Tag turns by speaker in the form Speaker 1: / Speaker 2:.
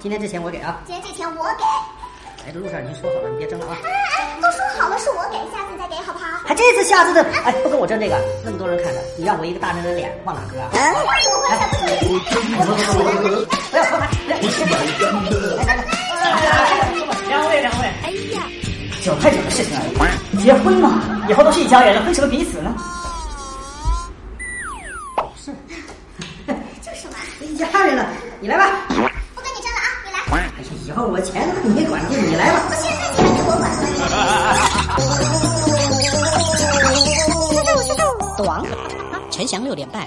Speaker 1: 今天这钱我给啊！
Speaker 2: 今天这钱我给。
Speaker 1: 来的路上已经说好了，你别争了啊！
Speaker 2: 啊，都说好了是我给，下次再给好不好？
Speaker 1: 还这次下次的，哎，不跟我争这个，那么多人看着，你让我一个大男人脸往哪搁啊？
Speaker 2: 哎，什么关系？
Speaker 1: 不要说他，不要，两位两位，
Speaker 3: 哎呀，
Speaker 1: 九块九的事情而已，结婚嘛，以后都是一家人了，为什么彼此呢？是，
Speaker 2: 就是嘛，
Speaker 1: 一家人了，你来吧。
Speaker 2: 不跟你争了啊，你来。
Speaker 1: 哎呀，以后我钱你管住，你来吧。
Speaker 2: 我现在你来给我管了。
Speaker 3: 斗王，陈翔六点半